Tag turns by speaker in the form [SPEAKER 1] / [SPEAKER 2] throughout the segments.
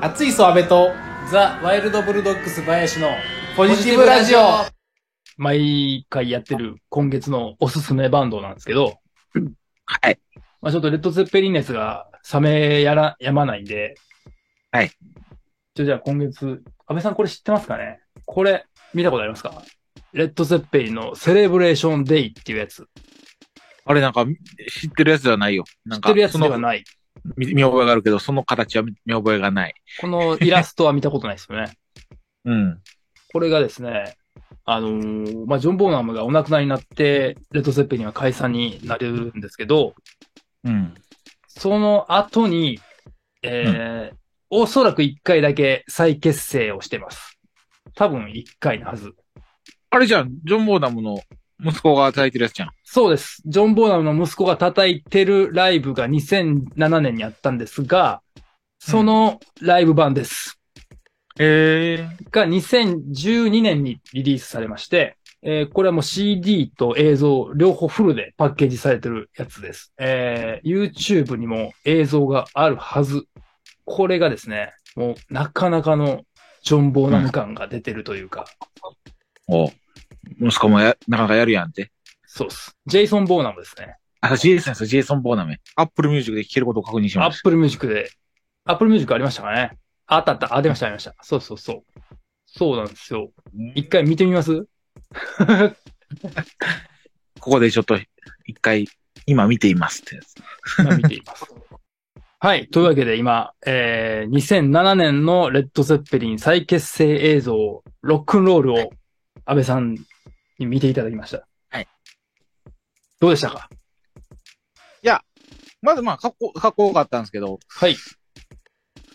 [SPEAKER 1] 熱いソアベと
[SPEAKER 2] ザ・ワイルド・ブルドックス林の
[SPEAKER 1] ポジティブラジオ
[SPEAKER 3] 毎回やってる今月のおすすめバンドなんですけど、
[SPEAKER 4] はい。
[SPEAKER 3] まあ、ちょっとレッド・ゼッペリン熱が冷めやら、やまないんで。
[SPEAKER 4] はい。
[SPEAKER 3] ちょ、じゃあ今月、安倍さんこれ知ってますかねこれ、見たことありますかレッド・ゼッペリンのセレブレーション・デイっていうやつ。
[SPEAKER 4] あれなんか、知ってるやつではないよ。な
[SPEAKER 3] 知っ
[SPEAKER 4] んか、
[SPEAKER 3] てるやつ
[SPEAKER 4] そ
[SPEAKER 3] では
[SPEAKER 4] の
[SPEAKER 3] ない。
[SPEAKER 4] 見見覚えがあるけど、その形は見見覚えがない。
[SPEAKER 3] このイラストは見たことないですよ ね。
[SPEAKER 4] うん。
[SPEAKER 3] これがですね、あのーまあ、ジョン・ボーナムがお亡くなりになって、レッド・ゼッペリンは解散になるんですけど、
[SPEAKER 4] うん。
[SPEAKER 3] その後に、えーおそらく一回だけ再結成をしてます。多分一回のはず。
[SPEAKER 4] あれじゃん、ジョン・ボーダムの息子が叩いてるやつじゃん。
[SPEAKER 3] そうです。ジョン・ボーナムの息子が叩いてるライブが2007年にあったんですが、そのライブ版です。
[SPEAKER 4] ええ
[SPEAKER 3] が2012年にリリースされまして、えーこれはもう CD と映像両方フルでパッケージされてるやつです。えー YouTube にも映像があるはず。これがですね、もうなかなかのジョン・ボーナム感が出てるというか、
[SPEAKER 4] お息子もや、なかなかやるやんって。
[SPEAKER 3] そうっす。ジェイソン・ボーナムですね。
[SPEAKER 4] あ、ジェイソンです、ジェイソン・ボーダム。アップルミュージックで聴けることを確認しました。
[SPEAKER 3] Apple Music で。Apple Music ありましたかねあったあった。あ、出ました、ありました。そうそうそう。そうなんですよ。一回見てみます
[SPEAKER 4] ここでちょっと、一回、今見ていますってやつ。
[SPEAKER 3] 今見ています。 はい。というわけで今、えー、2007年のレッド・ゼッペリン再結成映像、ロックンロールを安倍さんに見ていただきました。
[SPEAKER 4] はい。
[SPEAKER 3] どうでしたか
[SPEAKER 4] まずまあ、かっこ、かっこよかったんですけど、
[SPEAKER 3] はい。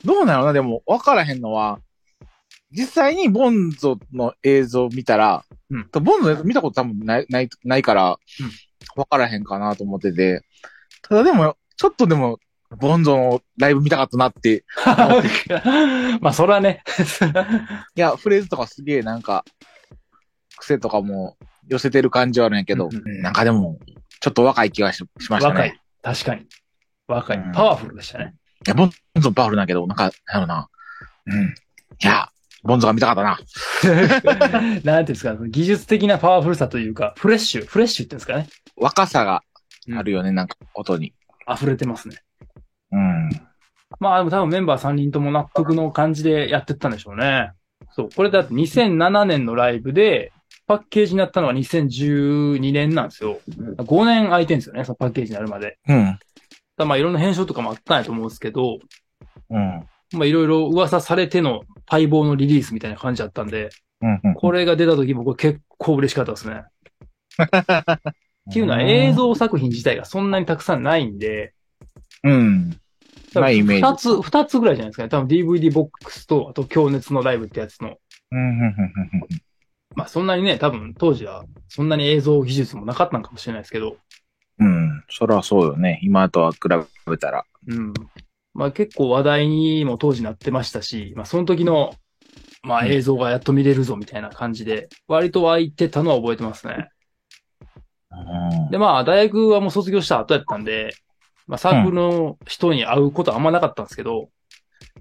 [SPEAKER 4] どうなのな、でも、わからへんのは、実際にボンゾの映像見たら、
[SPEAKER 3] うん
[SPEAKER 4] とボンゾの映像見たこと多分ない、ない、ないから
[SPEAKER 3] うん、
[SPEAKER 4] わからへんかなと思ってて、ただでも、ちょっとでも、ボンゾのライブ見たかったなって、
[SPEAKER 3] まあ、それはね。
[SPEAKER 4] いや、フレーズとかすげえなんか、癖とかも寄せてる感じはあるんやけ
[SPEAKER 3] う
[SPEAKER 4] ど、
[SPEAKER 3] んうん
[SPEAKER 4] なんかでも、ちょっと若い気がししましたね。
[SPEAKER 3] 若い。確かに。若い
[SPEAKER 4] うん。
[SPEAKER 3] パワフルでしたね。
[SPEAKER 4] いや、ボンゾパワフルなんやけど、なんか、なんやろな。うん。いや、ボンゾが見たかったな。
[SPEAKER 3] なんていうんですか、技術的なパワフルさというか、フレッシュ、フレッシュっていうんですかね。
[SPEAKER 4] 若さがあるよね、なんか、音に。
[SPEAKER 3] 溢れてますね。
[SPEAKER 4] うん。
[SPEAKER 3] まあ、でも多分メンバー3人とも納得の感じでやってったんでしょうね。そう。これだって2007年のライブで、パッケージになったのは2012年なんですよ。5年空いてんですよね、そのパッケージになるまで。だか
[SPEAKER 4] うん。
[SPEAKER 3] らまあ、いろんな編集とかもあったんやと思うんですけど、
[SPEAKER 4] うん。
[SPEAKER 3] まあ、いろいろ噂されての待望のリリースみたいな感じだったんで、
[SPEAKER 4] うん。
[SPEAKER 3] これが出た時僕は結構嬉しかったですね。っていうのは映。像作品自体がそんなにたくさんないんで、
[SPEAKER 4] うん。ないイメージ
[SPEAKER 3] 二つ、二つぐらいじゃないですかね。多分 DVD ボックスと、あと、強熱のライブってやつの。
[SPEAKER 4] うん。
[SPEAKER 3] まあ、そんなにね、多分当時は、そんなに映像技術もなかったのかもしれないですけど、
[SPEAKER 4] うん。そらそうよね。今とは比べたら。
[SPEAKER 3] うん。まあ、結構話題にも当時なってましたし、まあ、その時の、まあ、
[SPEAKER 4] うん
[SPEAKER 3] 映像がやっと見れるぞみたいな感じで、割と湧いてたのは覚えてますね。
[SPEAKER 4] うん
[SPEAKER 3] で、まあ、大学はもう卒業した後やったんで、まあ、サークルの人に会うことはあんまなかったんですけど、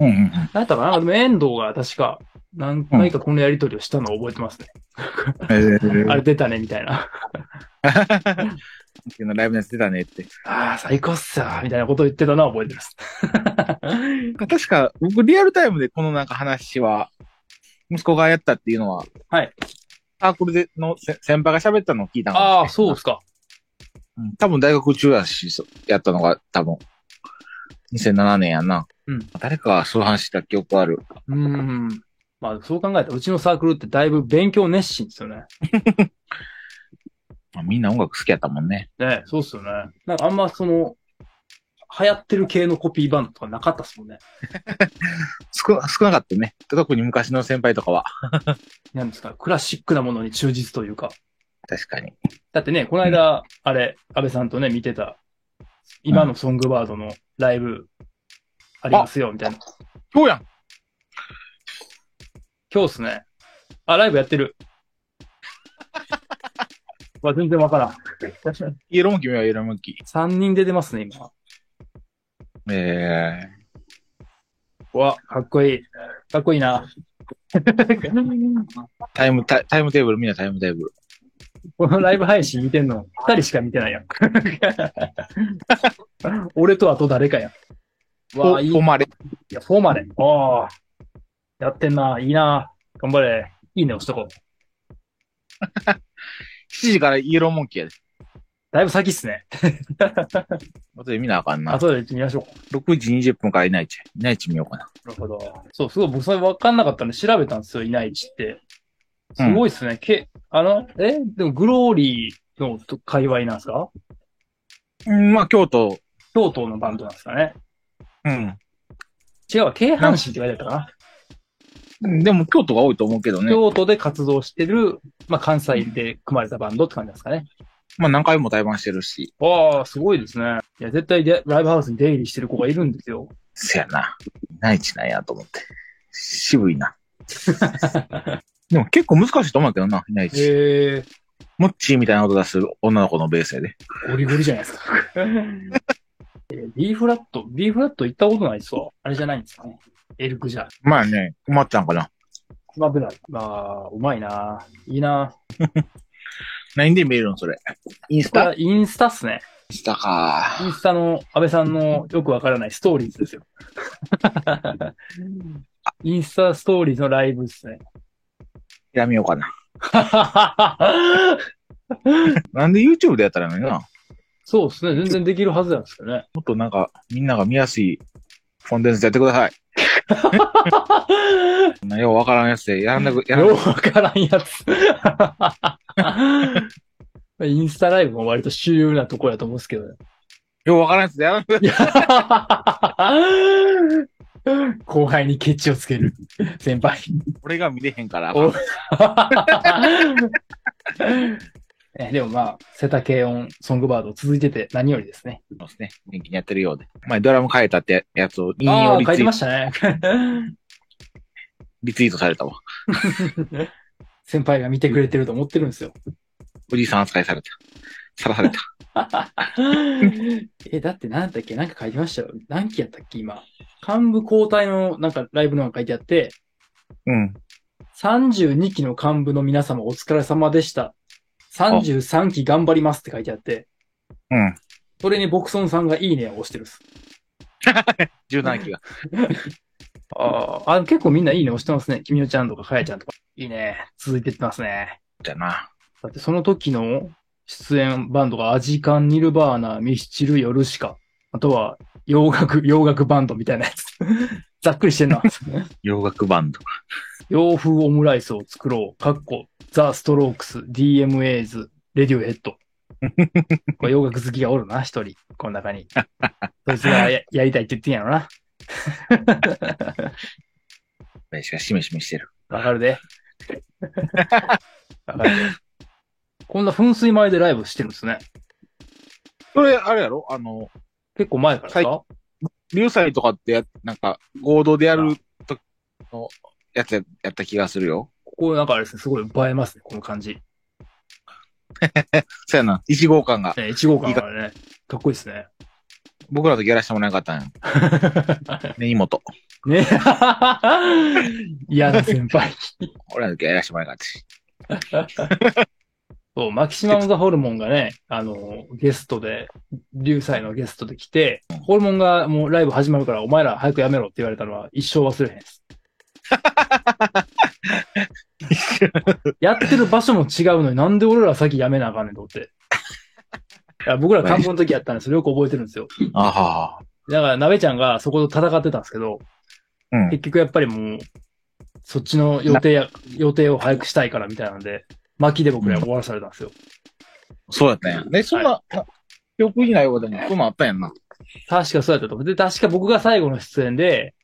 [SPEAKER 4] うんうんうん。
[SPEAKER 3] なんだったかななんかでも遠藤が確か、何回かこのやりとりをしたのを覚えてますね。
[SPEAKER 4] え
[SPEAKER 3] あれ出たね、みたいな。
[SPEAKER 4] ー、のライブのやつ出たねって。
[SPEAKER 3] ああ、最高っすよ、みたいなことを言ってたのは覚えてます。
[SPEAKER 4] 確か、僕リアルタイムでこのなんか話は、息子がやったっていうのは、
[SPEAKER 3] はい。
[SPEAKER 4] サークルでのせ先輩が喋ったのを聞いたの。
[SPEAKER 3] ああ、そうですか。
[SPEAKER 4] うん多分大学中やし、そやったのが多分、2007年やな。
[SPEAKER 3] うん
[SPEAKER 4] 誰かがそう話した記憶ある。
[SPEAKER 3] うーん。まあ、そう考えたら、うちのサークルってだいぶ勉強熱心ですよね。
[SPEAKER 4] まあみんな音楽好きやったもんね。
[SPEAKER 3] ねそうっすよね。なんかあんまその、流行ってる系のコピーバンドとかなかったっすもんね。
[SPEAKER 4] 少な少なかったね。特に昔の先輩とかは。
[SPEAKER 3] なんですか、クラシックなものに忠実というか。
[SPEAKER 4] 確かに。
[SPEAKER 3] だってね、この間、あれ、安倍さんとね、見てた、今のソングバードのライブ、ありますよ、みたいな。
[SPEAKER 4] 今日やん
[SPEAKER 3] 今日っすね。あ、ライブやってる。 わ、全然わからん。
[SPEAKER 4] イエローモンキー見よう、イエローモンキー。
[SPEAKER 3] 3人出てますね、今。
[SPEAKER 4] ええ
[SPEAKER 3] わ、かっこいい。かっこいいな。
[SPEAKER 4] タイムタイ、タイムテーブル、みんなタイムテーブル。
[SPEAKER 3] このライブ配信見てんの、二人しか見てない やん。俺とあと誰かやん。わあ、いい。い
[SPEAKER 4] おまれ。
[SPEAKER 3] や、フォーマレ。ああ。やってんな。いいな。頑張れ。いいね押しとこう。
[SPEAKER 4] 7時からイエローモンキーやで。
[SPEAKER 3] だいぶ先っすね。
[SPEAKER 4] 後で見なあかんな。
[SPEAKER 3] 後で見ましょう。
[SPEAKER 4] 6時20分からいないち。いないち見ようかな。
[SPEAKER 3] なるほど。そう、すごい僕それ分かんなかったんで調べたんですよ、いないちって。すごいっすね。け、あの、えでもグローリーのと界隈なんですか
[SPEAKER 4] うん、まあ、京都。
[SPEAKER 3] 京都のバンドなんですかね。
[SPEAKER 4] うん。
[SPEAKER 3] 違うわ、京阪神って言われたかな。
[SPEAKER 4] でも、京都が多いと思うけどね。
[SPEAKER 3] 京都で活動してる、まあ、関西で組まれたバンドって感じなんですかね。
[SPEAKER 4] まあ、何回も対バンしてるし。
[SPEAKER 3] わあ、すごいですね。いや、絶対でライブハウスに出入りしてる子がいるんですよ。
[SPEAKER 4] せやな。いないちなんやと思って。渋いな。 でも結構難しいと思うけどな、いないち。
[SPEAKER 3] へえ、
[SPEAKER 4] モッチーみたいな音出す女の子のベースやで。
[SPEAKER 3] ゴリゴリじゃないですか。えー B フラット、B フラット行ったことないっすわ。あれじゃないんですかね。エルクじゃ。
[SPEAKER 4] まあね、困ったんかな。
[SPEAKER 3] つまぶない。まあ、うまいな。いいな。
[SPEAKER 4] 何で見えるのそれ。インスタ
[SPEAKER 3] あインスタっすね。
[SPEAKER 4] インスタか。
[SPEAKER 3] インスタの安倍さんのよくわからないストーリーズですよ。インスタストーリーズのライブっす ね。
[SPEAKER 4] やめようかな。なんで YouTube でやったらいいのにな。
[SPEAKER 3] そうですね。全然できるはずなんですけどね。
[SPEAKER 4] もっとなんか、みんなが見やすいコンテンツやってく ださい。そんなようわからんやつで、やらなく、やら
[SPEAKER 3] よ
[SPEAKER 4] な
[SPEAKER 3] うわからんやつ。 インスタライブも割と主流なところだと思うんですけどね。
[SPEAKER 4] ようわからんやつでやらなく、
[SPEAKER 3] 後輩にケチをつける。先輩。
[SPEAKER 4] 俺が見れへんから。
[SPEAKER 3] おえでもまあ、瀬田慶音、ソングバード続いてて何よりですね。
[SPEAKER 4] そうですね。元気にやってるようで。前ドラム変えたってやつを引
[SPEAKER 3] あ
[SPEAKER 4] 用
[SPEAKER 3] あ、
[SPEAKER 4] リ
[SPEAKER 3] 書
[SPEAKER 4] ツ
[SPEAKER 3] いて
[SPEAKER 4] イ
[SPEAKER 3] ましたね。
[SPEAKER 4] リツイートされたわ。
[SPEAKER 3] 先輩が見てくれてると思ってるんですよ。
[SPEAKER 4] おじいさん扱いされた。さらされた。
[SPEAKER 3] え、だって何だっけなんか書いてましたよ。何期やったっけ今。幹部交代のなんかライブのが書いてあって、
[SPEAKER 4] うん。
[SPEAKER 3] 32期の幹部の皆様お疲れ様でした。33期頑張りますって書いてあって、
[SPEAKER 4] うん。
[SPEAKER 3] それにボクソンさんがいいねを押してるんです。
[SPEAKER 4] 17期が。
[SPEAKER 3] ああ、結構みんないいね押してますね。君のちゃんとかかやちゃんとか。いいね。続いてってますね。
[SPEAKER 4] じゃあな。
[SPEAKER 3] だってその時の出演バンドがアジカン、ニルバーナ、ミスチル、ヨルシカ。あとは洋楽、洋楽バンドみたいなやつ。 ざっくりしてんな。
[SPEAKER 4] 洋楽バンド。
[SPEAKER 3] 洋風オムライスを作ろう。かっこ、ザ・ストロークス、DMA ズ、レディオヘッド。これ洋楽好きがおるな、一人。この中に。そいつがややりたいって言ってんやろな。
[SPEAKER 4] ねしかしめしめしてる。
[SPEAKER 3] わかるで。わかるで。こんな噴水前でライブしてるんですね。
[SPEAKER 4] それ、あれやろあの、
[SPEAKER 3] 結構前からですか、
[SPEAKER 4] 流祭とかってや、なんか、合同でやるときのやつややった気がするよ。
[SPEAKER 3] ここなんかあれですね、すごい映えますね、この感じ。
[SPEAKER 4] そやな。1号館が。
[SPEAKER 3] ね、1号館からね、かっこいいですね。
[SPEAKER 4] 僕らの時やらしてもらえなかったんや。 根本。
[SPEAKER 3] ね 嫌な先輩。
[SPEAKER 4] 俺らの時やらしてもらえなかったし。
[SPEAKER 3] そう、マキシマム・ザ・ホルモンがね、あの、ゲストで、流祭のゲストで来て、ホルモンがもうライブ始まるからお前ら早くやめろって言われたのは一生忘れへんです。やってる場所も違うのになんで俺ら先やめなあかんねんと思って。いや僕ら観光の時やったんでそれよく覚えてるんですよ。
[SPEAKER 4] ああ。
[SPEAKER 3] だから、鍋ちゃんがそこと戦ってたんですけど、
[SPEAKER 4] うん
[SPEAKER 3] 結局やっぱりもう、そっちの予定や、予定を早くしたいからみたいなんで、巻きで僕ら終わらされたんですよ。
[SPEAKER 4] そうやったんや。ね、そんな、な記憶にないようでも、そんなんあったんやんな。
[SPEAKER 3] 確かそうやったと思う。で、確か僕が最後の出演で、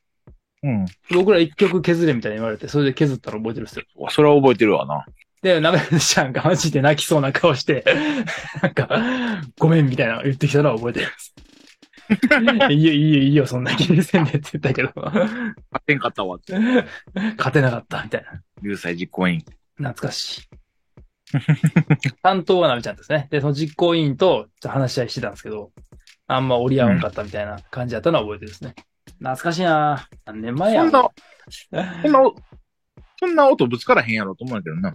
[SPEAKER 4] うん。
[SPEAKER 3] 僕ら一曲削れみたいに言われて、それで削ったの覚えてるんですよ。
[SPEAKER 4] それは覚えてるわな。
[SPEAKER 3] で、なめちゃんがマジで泣きそうな顔して、 なんか、ごめんみたいなの言ってきたのは覚えてます。 いいよ、いいよ、いいよ、そんな気にせんでって言ったけど、勝
[SPEAKER 4] 勝てんかったわって。
[SPEAKER 3] てなかった、みたいな。
[SPEAKER 4] 流祭実行委員。
[SPEAKER 3] 懐かしい。担当はなめちゃんですね。で、その実行委員とちょっと話し合いしてたんですけど、あんま折り合わんかったみたいな感じだったのは覚えてるですね。懐かしいな何年前や
[SPEAKER 4] そん な、そんな、そんな音ぶつからへんやろと思うんやけどな。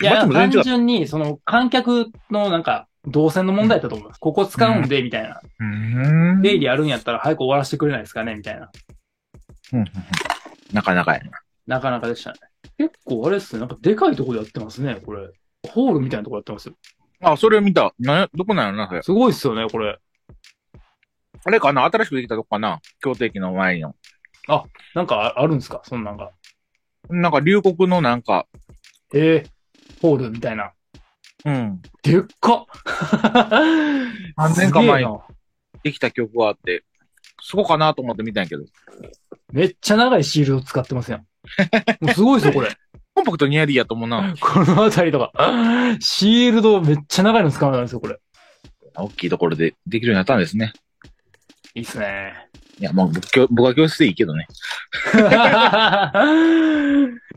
[SPEAKER 3] いや、
[SPEAKER 4] バッ
[SPEAKER 3] 単
[SPEAKER 4] チも全然違う。
[SPEAKER 3] 純に、その、観客のなんか、動線の問題だと思います。ここ使うんで、みたいな。
[SPEAKER 4] うーん
[SPEAKER 3] 出入りあるんやったら早く終わらせてくれないですかね、みたいな。
[SPEAKER 4] うんうんうんなかなかやな。
[SPEAKER 3] なかなかでしたね。結構あれっすね、なんかでかいとこでやってますね、これ。ホールみたいなとこやってますよ。
[SPEAKER 4] あ、それ見た。なや、どこなんやろな、それ。
[SPEAKER 3] すごいっすよね、これ。
[SPEAKER 4] あれかな新しくできたとこかな京都駅の前の。
[SPEAKER 3] なんかああるんですかそんなんが。
[SPEAKER 4] なんか龍谷のなんか、
[SPEAKER 3] えー、ホールみたいな。
[SPEAKER 4] うん。
[SPEAKER 3] でっか
[SPEAKER 4] 何年か
[SPEAKER 3] すげ
[SPEAKER 4] 前
[SPEAKER 3] え
[SPEAKER 4] に
[SPEAKER 3] な
[SPEAKER 4] できた曲があって、そこかなと思って見たんやけど。
[SPEAKER 3] めっちゃ長いシールド使ってますやん。もうすごいっすよ、 これ。
[SPEAKER 4] コンパクトにやりやと思うな。
[SPEAKER 3] この辺りとか。シールドめっちゃ長いの使わないんですよ、これ。
[SPEAKER 4] 大きいところでできるようになったんですね。
[SPEAKER 3] いいっすね。
[SPEAKER 4] いや、まあ、僕教僕は教室でいいけどね。
[SPEAKER 3] まあ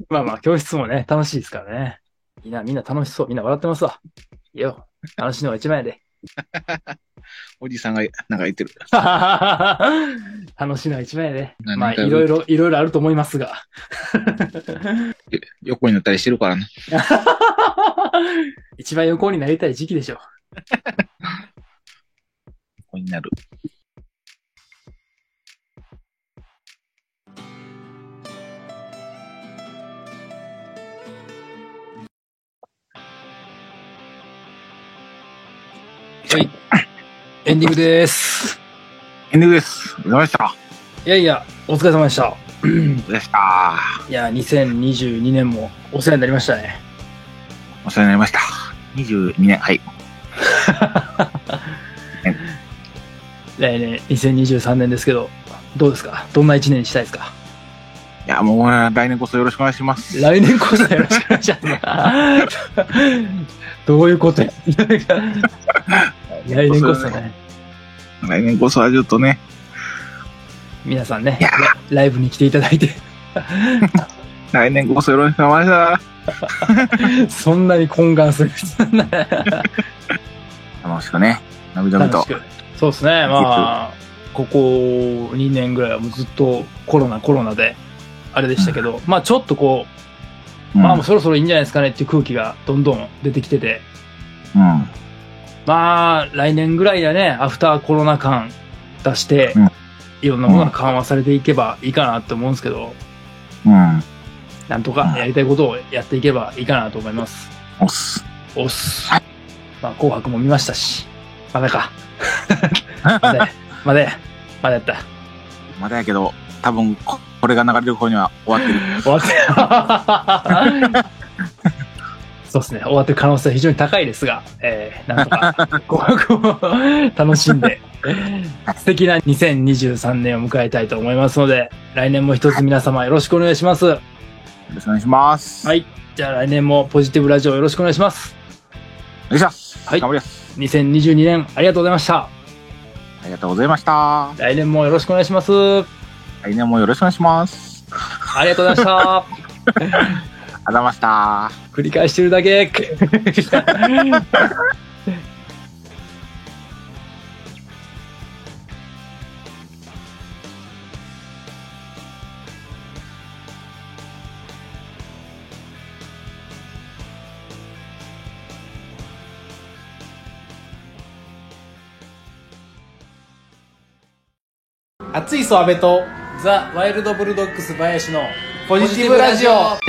[SPEAKER 3] まあ、教室もね、楽しいですからね。みんな、みんな楽しそう。みんな笑ってますわ。いいよ。楽しいのが一番やで。
[SPEAKER 4] おじさんが、なんか言ってる。
[SPEAKER 3] 楽しいのが一番やで。
[SPEAKER 4] 何
[SPEAKER 3] まあ、
[SPEAKER 4] 回も
[SPEAKER 3] いろいろ、いろいろあると思いますが。
[SPEAKER 4] よ横になったりしてるからね。
[SPEAKER 3] 一番横になりたい時期でしょ。
[SPEAKER 4] 横になる。
[SPEAKER 3] エンディングです。
[SPEAKER 4] エンディングです。お疲れ様でした。
[SPEAKER 3] いやいや、お疲れ様でした。
[SPEAKER 4] お疲れ様でした。
[SPEAKER 3] いや、2022年もお世話になりましたね。
[SPEAKER 4] お世話になりました。22年、はい。
[SPEAKER 3] 来年、2023年ですけど、どうですかどんな一年にしたいですか
[SPEAKER 4] いや、もう、来年こそよろしくお願いします。
[SPEAKER 3] 来年こそよろしくお願いします。 どういうことや 来年こそね、
[SPEAKER 4] 来年こそはちょっとね、
[SPEAKER 3] 皆さんね
[SPEAKER 4] いや、
[SPEAKER 3] ライブに来ていただいて、
[SPEAKER 4] 来年こそよろしくお願いします。
[SPEAKER 3] そんなに懇願する必要ない
[SPEAKER 4] 楽しくね、のびのび
[SPEAKER 3] 楽
[SPEAKER 4] と
[SPEAKER 3] し。く。そうですね、まあ、ここ2年ぐらいはもうずっとコロナ、コロナで、あれでしたけど、まあちょっとこう、まあもうそろそろいいんじゃないですかねっていう空気がどんどん出てきてて、
[SPEAKER 4] うん。
[SPEAKER 3] まあ、来年ぐらいだね、アフターコロナ感出して、
[SPEAKER 4] うん
[SPEAKER 3] いろんなものが緩和されていけばいいかなと思うんですけど、
[SPEAKER 4] うん。
[SPEAKER 3] なんとかやりたいことをやっていけばいいかなと思います。
[SPEAKER 4] おっす。
[SPEAKER 3] おっす。まあ、紅白も見ましたし、まだ か。まだや、まだや、まだやった。
[SPEAKER 4] まだやけど、多分こ、これが流れる頃には終わってる。
[SPEAKER 3] 終わってる。そうですね、終わってる可能性は非常に高いですが、えー、なんとか紅白を楽しんで、素敵な2023年を迎えたいと思いますので、来年も一つ皆様よろしくお願いします。
[SPEAKER 4] よろしくお願いします。
[SPEAKER 3] はい。じゃあ来年もポジティブラジオよろしくお願いします。
[SPEAKER 4] お願いします。
[SPEAKER 3] はい
[SPEAKER 4] 頑張ります。
[SPEAKER 3] 2022年ありがとうございました。
[SPEAKER 4] ありがとうございました。
[SPEAKER 3] 来年もよろしくお願いします。あ
[SPEAKER 4] 来年もよろしくお願いします。
[SPEAKER 3] りがとうございました。
[SPEAKER 4] ありがとうございました。
[SPEAKER 3] 繰り返してるだけ。
[SPEAKER 1] 熱いソアベと
[SPEAKER 2] ザ・ワイルド・ブルドッグス林の
[SPEAKER 1] ポジティブラジオ